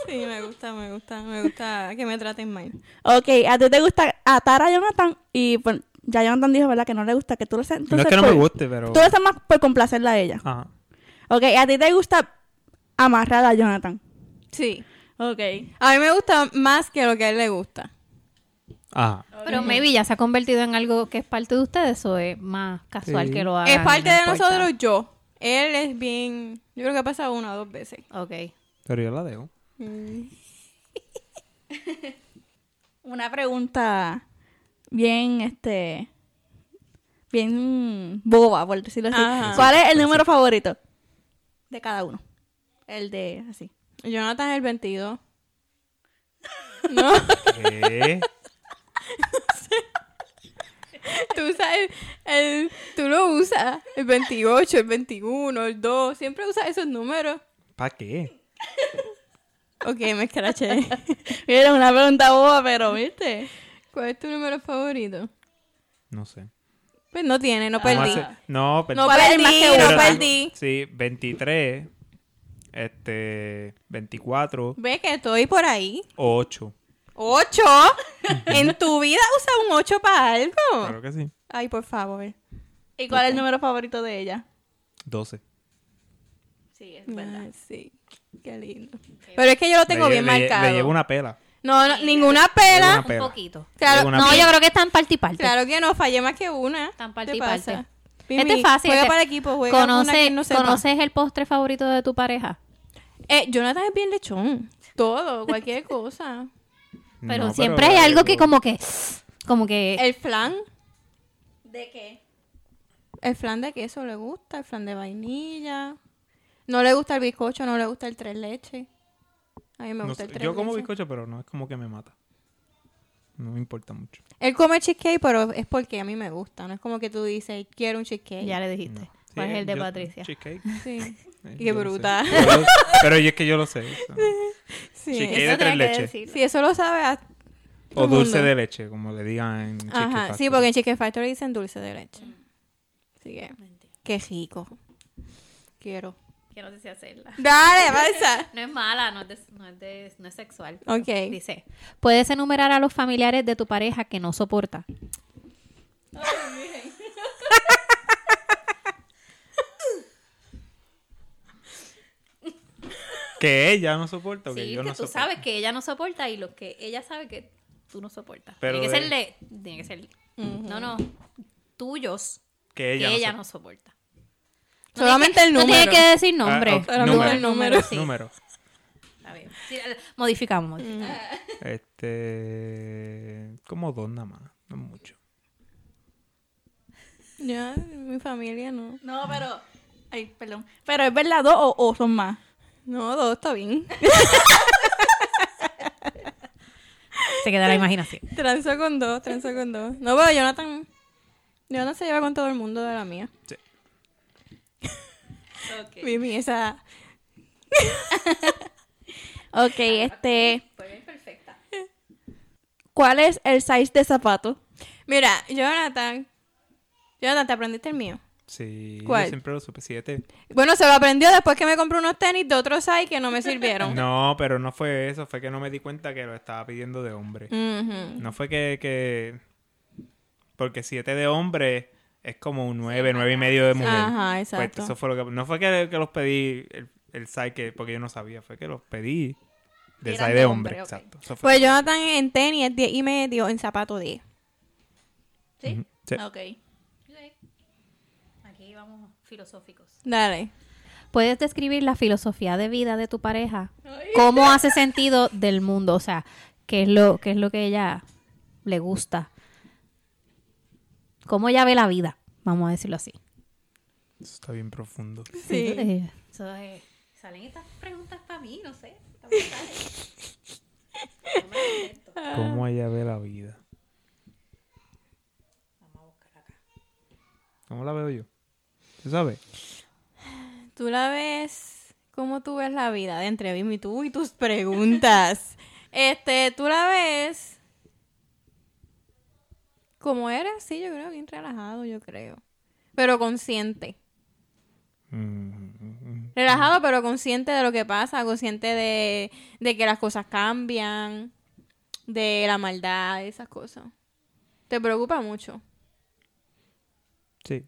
B: Sí, me gusta, me gusta, me gusta que me traten mal.
D: Ok, ¿a ti te gusta atar a Jonathan? Y pues ya Jonathan dijo, ¿verdad? Que no le gusta que tú lo haces.
C: No es
D: entonces
C: que no me
D: por-
C: guste, pero.
D: Tú lo haces más por complacerla a ella.
C: Ajá.
D: Ok, ¿a ti te gusta amarrar a Jonathan?
B: Sí.
D: Ok.
B: A mí me gusta más que lo que a él le gusta.
C: Ajá.
A: Pero maybe ya se ha convertido en algo que es parte de ustedes o es más casual
C: Sí.
A: que lo hagan.
B: es parte
A: no
B: de
A: importa?
B: nosotros yo. Él es bien... Yo creo que ha pasado una o dos veces.
A: Ok.
C: Pero yo la dejo.
D: Una pregunta bien, este... Bien boba, por decirlo así.
B: Ajá.
D: ¿Cuál es el número favorito de cada uno? El de... así.
B: Jonathan es el 22.
C: ¿Qué?
B: *laughs* tú usas el, el- tú lo usas, el 28, el 21, el 2, siempre usas esos números.
C: ¿Para qué?
B: Ok, me escraché.
D: *laughs* Mira, una pregunta boba, pero ¿viste?
B: ¿Cuál es tu número favorito?
C: No sé.
B: Pues no tiene, no
C: Vamos a
B: perdí.
C: hacer- No, perdí.
B: No
D: ¿Cuál es el
B: perdí,
D: más que
B: no
D: uno?
C: Pero tengo-
B: perdí.
C: Sí, 23, este, 24
B: Ve que estoy por ahí.
C: o 8. *laughs*
B: ¿Ocho? ¿En tu vida usa un ocho para algo?
C: Claro que sí.
B: Ay, por favor.
D: ¿Y cuál es el número favorito de ella?
C: 12.
D: Sí, es
B: Ay, sí, qué lindo. Pero es que yo lo tengo
C: Le-
B: bien
C: le-
B: marcado.
C: Le llevo una pela.
B: No, no, ninguna
C: llevo
B: pela.
C: una
A: Un
C: pela.
A: poquito.
B: Claro,
C: Una
A: no,
C: pela.
A: yo creo que están parte y parte.
B: Claro que no, fallé más que una.
A: Tan
B: ¿Qué
A: parte
B: te
A: y parte.
B: pasa?
A: Este
B: Mimi,
A: es fácil.
B: Juega
A: este-
B: para equipo, juega
A: Conoce-
B: una que no sepa.
A: ¿Conoces el postre favorito de tu pareja?
B: Eh, Jonathan es bien lechón. Todo,
A: *laughs*
B: cualquier cosa.
A: Pero
C: No,
A: siempre hay algo que
C: pero-
A: como que... Como que...
C: Eh,
B: El flan.
D: ¿De qué?
B: El flan de queso le gusta, el flan de vainilla. No le gusta el bizcocho, no le gusta el tres leches. A mí me
C: no
B: gusta
C: sé,
B: el tres
C: yo como
B: leches.
C: bizcocho, pero no es como que me mata. No me importa mucho.
B: Él come cheesecake, pero es porque a mí me gusta. No es como que tú dices, quiero un cheesecake.
A: Ya le dijiste.
C: No.
A: ¿Cuál
C: Sí,
A: es el de
C: yo-
A: Patricia?
C: Cheesecake. *laughs*
B: Sí.
C: eh,
B: Qué
C: yo lo sé.
B: bruta.
C: Yo lo- pero yo es que yo lo sé. eso.
B: Sí.
C: Cheesecake
A: Eso
C: de
A: tenía
C: tres
A: que
C: leches.
A: decirlo.
B: Sí, eso lo sabe a todo
C: O
B: el
C: dulce
B: mundo.
C: de leche, como le digan en Cheesecake
B: Ajá, sí,
C: Factory.
B: porque en Chicken Factory dicen dulce de leche.
D: Mm.
B: Así que, qué rico. Quiero.
A: Que no sé si hacerla.
B: Dale,
D: *laughs*
B: avanza.
A: No es mala, no es, de- no es, de- no es sexual.
B: Ok.
A: Dice, puedes enumerar a los familiares de tu pareja que no soporta.
C: Que ella no soporta o que
A: sí,
C: yo
A: que
C: no
A: tú
C: soporto.
A: sabes que ella no soporta y los que ella sabe que tú no soportas.
C: Pero
A: tiene que
C: de-
A: ser de- tiene que ser, no, no, tuyos
C: Que ella,
A: que
C: no
A: ella
C: soporta.
A: no soporta.
B: Solamente
A: tiene
B: el
A: que- No
B: número.
A: tiene que decir nombre.
C: Ah, ok, número.
A: el número, sí.
C: Número.
A: Está bien. Sí, eh, modificamos. modificamos.
C: Este. Como dos nada más. No mucho.
B: Ya, mi familia no.
D: No, pero. Ay, perdón. Pero es verdad, dos o, o son más.
B: No, dos, está bien. *laughs*
A: Se queda *laughs* la imaginación.
B: Transo con dos, transo con dos. No, pero Jonathan. Jonathan se lleva con todo el mundo de la mía.
C: Sí.
B: Mimi, esa.
D: Ok, este. ¿Cuál es el size de zapato?
B: Mira, Jonathan. Jonathan, ¿te aprendiste el mío?
C: Sí.
B: ¿Cuál?
C: Yo siempre lo supe. Siete.
B: Bueno, se lo aprendió después que me compré unos tenis de otros size que no me sirvieron.
C: *laughs* No, pero no fue eso. Fue que no me di cuenta que lo estaba pidiendo de hombre.
B: Ujú.
C: No fue que, que. Porque siete de hombre es como un nueve, nueve y medio de mujer.
B: Ajá,
C: Pues
B: exacto.
C: eso fue lo que. No fue que, que los pedí el, el size que. Porque yo no sabía. Fue que los pedí de
A: Eran
C: size
A: de
C: de
A: hombre,
C: hombre.
A: ok.
C: Exacto. Eso fue.
B: Pues Jonathan en tenis es 10 y medio, en zapato 10.
D: ¿Sí?
C: Ujú, sí.
D: Ok.
A: Aquí vamos filosóficos.
B: Dale.
A: Puedes describir la filosofía de vida de tu pareja. ¿Cómo hace sentido del mundo? O sea, ¿qué es lo, qué es lo que ella le gusta? ¿Cómo ella ve la vida? Vamos a decirlo así.
C: Eso está bien profundo.
B: Sí.
A: Eh, eso es- salen estas preguntas para mí, no sé.
C: ¿Cómo ella ve la vida? ¿Cómo la veo yo? ¿Tú sabes?
B: Tú la ves, ¿cómo tú ves la vida de entre Bim y tú y tus preguntas? este, tú la ves como eres, sí, yo creo, bien relajado, yo creo. Pero consciente.
C: Mm,
B: Relajado, pero consciente de lo que pasa, consciente de, de que las cosas cambian, de la maldad, de esas cosas. Te preocupa mucho.
C: Sí,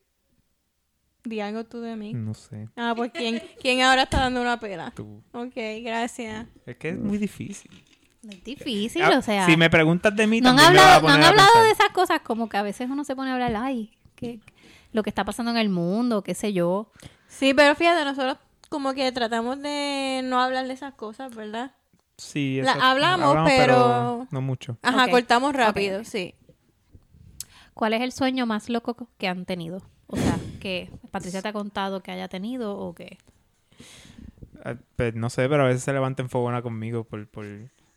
B: Di algo tú de mí.
C: no sé.
B: Ah, pues ¿quién, quién ahora está dando una pela?
C: Tú.
B: Ok, gracias.
C: Es que es muy difícil.
A: Es difícil,
C: Ah,
A: o sea.
C: Si me preguntas de mí,
A: no han
C: también me vas a
A: hablado, no han
C: poner a
A: hablado
C: pensar.
A: de esas cosas como que a veces uno se pone a hablar, ay, que, lo que está pasando en el mundo, qué sé yo.
B: Sí, pero fíjate, nosotros como que tratamos de no hablar de esas cosas, ¿verdad?
C: Sí,
B: La-
C: eso-
B: hablamos, pero-
C: No mucho.
B: Ajá,
A: Ok.
B: cortamos rápido, sí.
A: ¿Cuál es el sueño más loco que han tenido? O sea, que Patricia te ha contado que haya tenido o que...
C: Ah, pues, no sé, pero a veces se levanta en fogona conmigo por, por,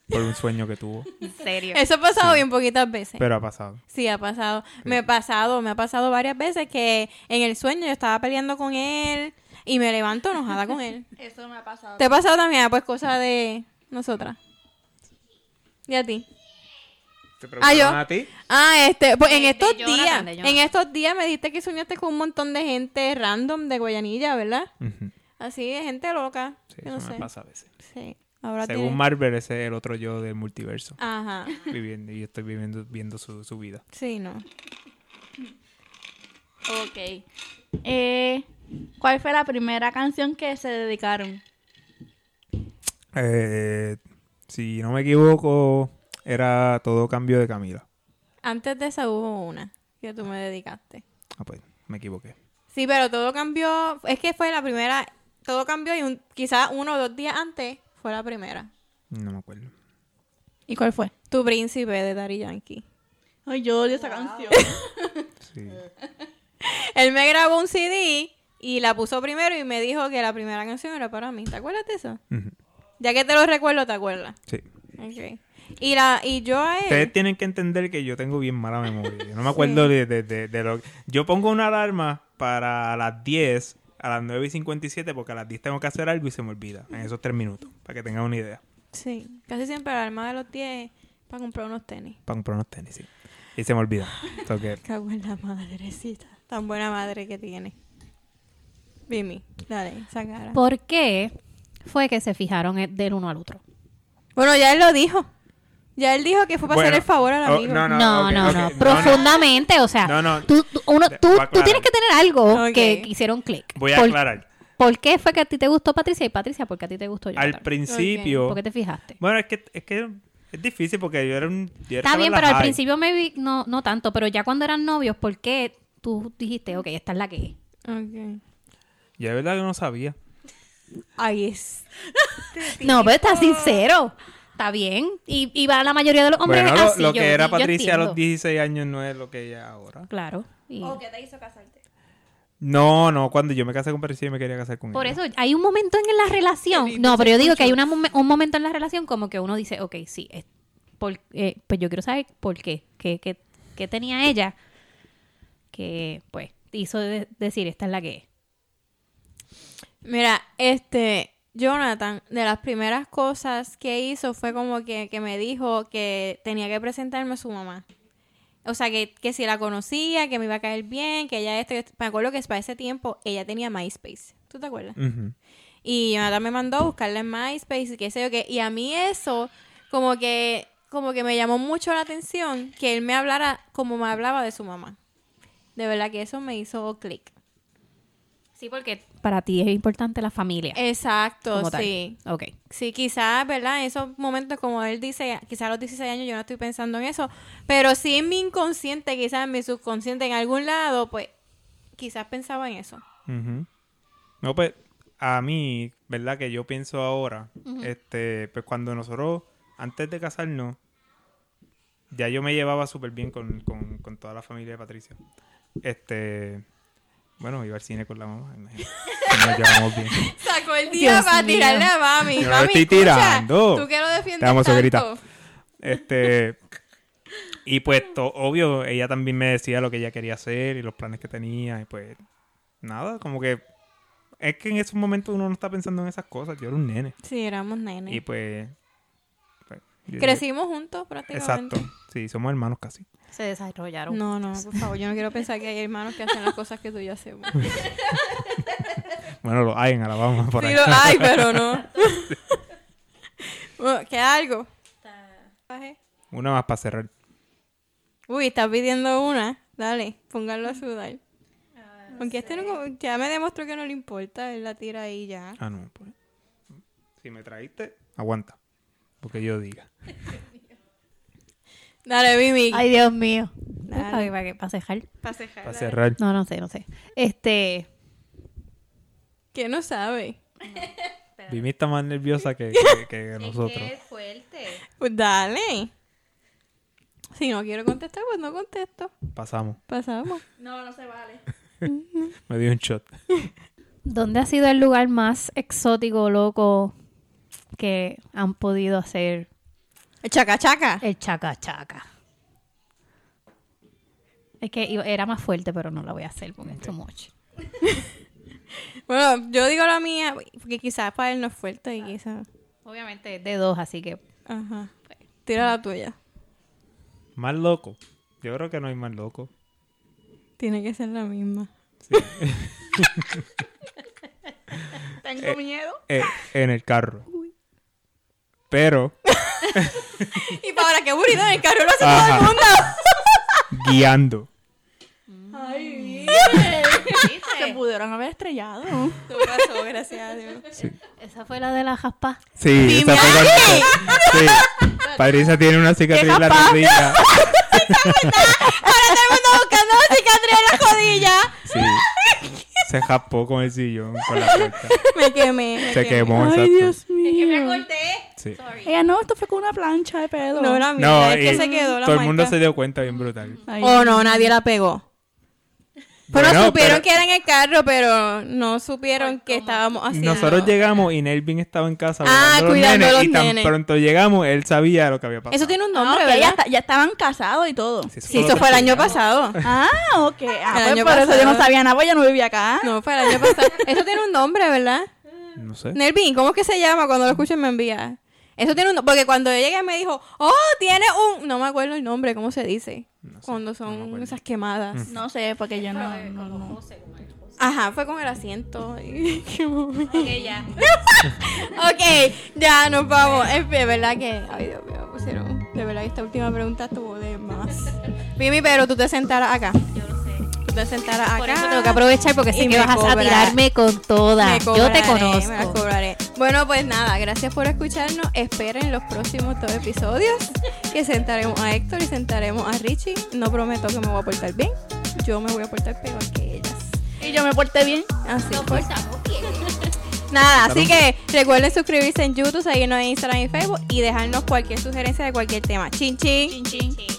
C: por un sueño que tuvo.
A: En serio.
B: Eso ha pasado bien poquitas veces.
C: Pero ha pasado.
B: Sí, ha pasado. Me ha pasado, me ha pasado varias veces que en el sueño yo estaba peleando con él y me levanto enojada con él.
D: Eso me ha pasado.
B: ¿Te ha pasado también? Ah, Pues cosa de nosotras. ¿Y a ti?
C: ¿Te
B: yo.
C: preguntaron a ti?
B: Ah, este, pues en
A: De- de
B: estos
A: Jonathan,
B: días,
A: de Jonathan.
B: en estos días me dijiste que soñaste con un montón de gente random de Guayanilla, ¿verdad?
C: Ujú.
B: Así, de gente loca.
C: Sí,
B: yo no
C: eso
B: sé.
C: me pasa a veces.
B: Sí. Ahora
C: Según
B: tiene-
C: Marvel, ese es el otro yo del multiverso.
B: Ajá.
C: Viviendo, y yo estoy viviendo, viendo su, su vida.
B: Sí, no.
D: Ok. Eh, ¿Cuál fue la primera canción que se dedicaron?
C: Eh, si no me equivoco, era todo cambio de Camila.
B: Antes de esa hubo una que tú me dedicaste.
C: Ah, pues, me equivoqué.
B: Sí, pero todo cambió. Es que fue la primera. Todo cambió y un, quizás uno o dos días antes fue la primera.
C: No me acuerdo.
D: ¿Y cuál fue?
B: Tu príncipe de Daddy Yankee.
D: Ay, yo odio esa canción.
C: Sí.
B: Él me grabó un CD y la puso primero y me dijo que la primera canción era para mí. ¿Te acuerdas de eso?
C: Ujú.
B: Ya que te lo recuerdo, ¿te acuerdas?
C: Sí.
B: Ok. Y, la, y yo a
C: Ustedes
B: él.
C: tienen que entender que yo tengo bien mala memoria. Yo no me acuerdo de, de- de- de lo Yo pongo una alarma para las 10, a las 9 y 57, porque a las 10 tengo que hacer algo y se me olvida en esos 3 minutos, para que tengan una idea.
B: Sí, casi siempre la arma de los 10 para comprar unos tenis.
C: Para comprar unos tenis, sí. Y se me olvida. So que-
B: Cago en la madrecita. Tan buena madre que tiene. Bimi, dale, sacara.
A: ¿Por qué fue que se fijaron eh, del uno al otro?
B: Bueno, ya él lo dijo. Ya él dijo que fue para
C: Bueno,
B: hacer el favor al
C: oh,
B: amigo.
A: No,
C: No,
A: no,
C: no,
A: no.
C: ok, ok. No, no.
A: Profundamente, o sea,
C: No, no.
A: Tú, tú- uno,
C: De-
A: tú,
C: voy a
A: tú tienes
C: aclarar.
A: que tener algo
B: Ok.
A: que hicieron clic.
C: voy a
A: ¿Por,
C: aclarar.
A: ¿Por qué fue que a ti te gustó Patricia y Patricia porque a ti te gustó yo?
C: Al principio.
A: ¿Por qué te fijaste?
C: Bueno, es que, es que es difícil porque yo era un.
A: Está
C: yo estaba
A: bien,
C: en la
A: pero al
C: high.
A: principio me vi, no, no tanto, pero ya cuando eran novios, ¿por qué tú dijiste, ok, esta es la que es?
B: Ok.
C: Yo de verdad que no sabía.
B: Ahí es.
A: No, pero está sincero. Está bien. Y, y va la mayoría de los hombres
C: bueno, lo,
A: así,
C: lo que
A: yo-
C: era
A: yo
C: Patricia a los
A: entiendo.
C: 16 años no es lo que ella es ahora.
A: Claro. y-
D: qué te hizo casarte?
C: No, no, cuando yo me casé con Patricia yo me quería casar con
A: Por
C: ella.
A: eso hay un momento en la relación. No, pero yo digo que hay una mom- un momento en la relación como que uno dice, ok, sí, es por- eh, pues yo quiero saber por qué, qué, qué- qué tenía ella que, pues, hizo de- decir, esta es la que es.
B: Mira, este, Jonathan, de las primeras cosas que hizo fue como que, que me dijo que tenía que presentarme a su mamá. O sea, que, que si la conocía, que me iba a caer bien, que ella esto, que esto. Me acuerdo que para ese tiempo ella tenía MySpace. ¿Tú te acuerdas?
C: Ujú.
B: Y Jonathan me mandó a buscarla en MySpace y qué sé yo qué. Y a mí eso, como que, como que me llamó mucho la atención que él me hablara como me hablaba de su mamá. De verdad que eso me hizo clic.
A: Sí, porque para ti es importante la familia.
B: Exacto,
A: como tal.
B: sí.
A: Ok.
B: Sí, quizás, ¿verdad? En esos momentos, como él dice, quizás a los 16 años yo no estoy pensando en eso, pero sí en mi inconsciente, quizás en mi subconsciente, en algún lado, pues quizás pensaba en eso.
C: Ujú. No, pues a mí, ¿verdad? Que yo pienso ahora, este, pues cuando nosotros, antes de casarnos, ya yo me llevaba súper bien con, con- con toda la familia de Patricia. Este, bueno, iba al cine con la mamá, imagínate. *laughs* Nos llevamos bien.
B: Sacó el
A: día
B: día
A: Dios
B: para
A: para mío.
B: tirarle
A: tirarle
B: a mami.
C: Yo no lo Mami, estoy escucha, tirando.
B: Tú
C: tú
B: que
C: que
B: lo defiendes.
C: Te amo, suegrita. Este. Y pues, to- obvio, ella también me decía lo que ella quería hacer y los planes que tenía. Y pues, nada, como que. Es que en esos momentos uno no está pensando en esas cosas. Yo era un nene.
B: Sí, éramos nenes.
C: Y pues. pues, yo-
B: Crecimos juntos prácticamente.
C: Exacto. Sí, somos hermanos casi.
A: Se desarrollaron.
B: No, no, por favor, yo no quiero pensar que hay hermanos que hacen las cosas que tú y yo hacemos.
C: Bueno, lo hay en Alabama. *laughs* Por
B: Sí
C: ahí.
B: lo hay, pero
C: *laughs*
B: no. Bueno, ¿Queda algo? Bajé.
C: Una más para cerrar.
B: Uy, está pidiendo una. Dale, póngalo a sudar. Aunque este no, ya me demostró que no le importa, él la tira ahí ya.
C: Ah, no. pues. Si me traíste, aguanta. Porque yo diga.
B: Dale, Mimi.
A: Ay, Dios mío.
B: Dale.
A: ¿Para qué? ¿Para qué? ¿Para cejar?
C: Para cerrar.
A: No, no sé, no sé. Este...
B: Que no sabe.
C: Vimi está más nerviosa
B: *laughs*
C: que, que- que nosotros.
A: fuerte.
B: Pues dale. Si no quiero contestar, pues no contesto.
C: Pasamos.
B: Pasamos.
D: *laughs* No, no se vale.
C: Me dio un shot.
A: ¿Dónde ha sido el lugar más exótico, loco, que han podido hacer
B: Chaca, chaca.
A: El chaca chaca. Es que iba- era más fuerte, pero no la voy a hacer porque es too much.
B: Bueno, yo digo la mía, porque quizás para él no es fuerte y quizás.
A: Obviamente es de dos, así que.
B: Ajá. Tira la tuya.
C: Más loco. Yo creo que no hay más loco.
B: Tiene que ser la misma.
D: Tengo miedo.
C: Eh, en el carro. Pero
B: *laughs* Y para ahora, qué aburrido en el carro lo hace
C: Ajá.
B: todo el mundo.
C: guiando.
D: Se pudieron haber estrellado.
B: Tú pasó, gracias a Dios.
A: Esa fue la de la jaspa.
C: Sí, esa fue cuando-
B: *laughs*
C: Sí. Patricia tiene una cicatriz en la rodilla.
B: Ahora todo el mundo buscando la cicatriz en la rodilla.
C: Sí. Se japó con el sillón, con la
B: *laughs*
C: puerta.
B: Me quemé. me
C: Se
B: quemé.
C: quemó,
D: Ay,
C: exacto.
D: Dios mío.
C: Sí.
D: Ella, no, esto fue con una plancha de pelo.
B: No, la mía.
C: No,
B: es que
C: y
B: se quedó la
C: todo el mundo
B: marca.
C: se dio cuenta bien brutal.
D: Ay,
B: Oh, no, nadie la pegó. Pero
C: Bueno,
B: supieron
C: pero-
B: que era en el carro, pero no supieron que estábamos haciendo.
C: Nosotros llegamos y Nelvin estaba en casa
B: Ah,
C: cuidando
B: cuidando
C: nenes,
B: los
C: y tan
B: nenes.
C: pronto llegamos, él sabía lo que había pasado.
B: Eso tiene un
D: Ah,
B: nombre,
D: ok, ya,
B: ¿verdad?
D: está- ya estaban casados y todo.
C: Sí,
B: Sí,
C: fue
B: eso
C: lo
B: fue el
C: que
B: año
C: llegamos. *laughs*
B: pasado.
D: Ah, *laughs*
B: El
D: ok. Ah, pues
B: año
D: por eso yo no
B: pasado.
D: sabía nada, pues yo no vivía acá.
B: No, fue el año pasado. Eso tiene un nombre, ¿verdad?
C: No sé.
B: Nelvin, ¿cómo es que se llama? Cuando lo escuchen me envía. Eso tiene un nombre. Porque cuando yo llegué me dijo, oh, tiene un... No me acuerdo el nombre, ¿cómo se dice?
C: No sé,
B: cuando
C: no me
B: son
C: acuerdo. Mm.
B: esas quemadas.
D: No sé, porque yo no. no, no.
B: Ajá, fue con el asiento. *laughs* ok,
A: Ok,
B: *laughs*
A: ya.
B: ya nos vamos. Es de verdad que... Ay, Dios mío, pusieron... De verdad que esta última pregunta estuvo de más. Mimi, pero tú te sentaras acá. Yo lo sé. Tú te sentaras acá.
A: Por eso tengo que aprovechar porque sé
B: Y
A: que
B: me
A: vas a- a
B: cobra.
A: tirarme con toda.
B: Me
A: Yo te
B: cobraré, me la
A: conozco.
B: cobraré. Bueno, pues nada, gracias por escucharnos. Esperen los próximos dos episodios que sentaremos a Héctor y sentaremos a Richie. No prometo que me voy a portar bien. Yo me voy a portar peor que ellas.
D: Y yo me porté bien.
B: Así pues. *laughs* Nada, así
C: Salud.
B: que recuerden suscribirse en YouTube, seguirnos en Instagram y Facebook y dejarnos cualquier sugerencia de cualquier tema. Chin, chin.
D: Chin, chin.
A: Sí.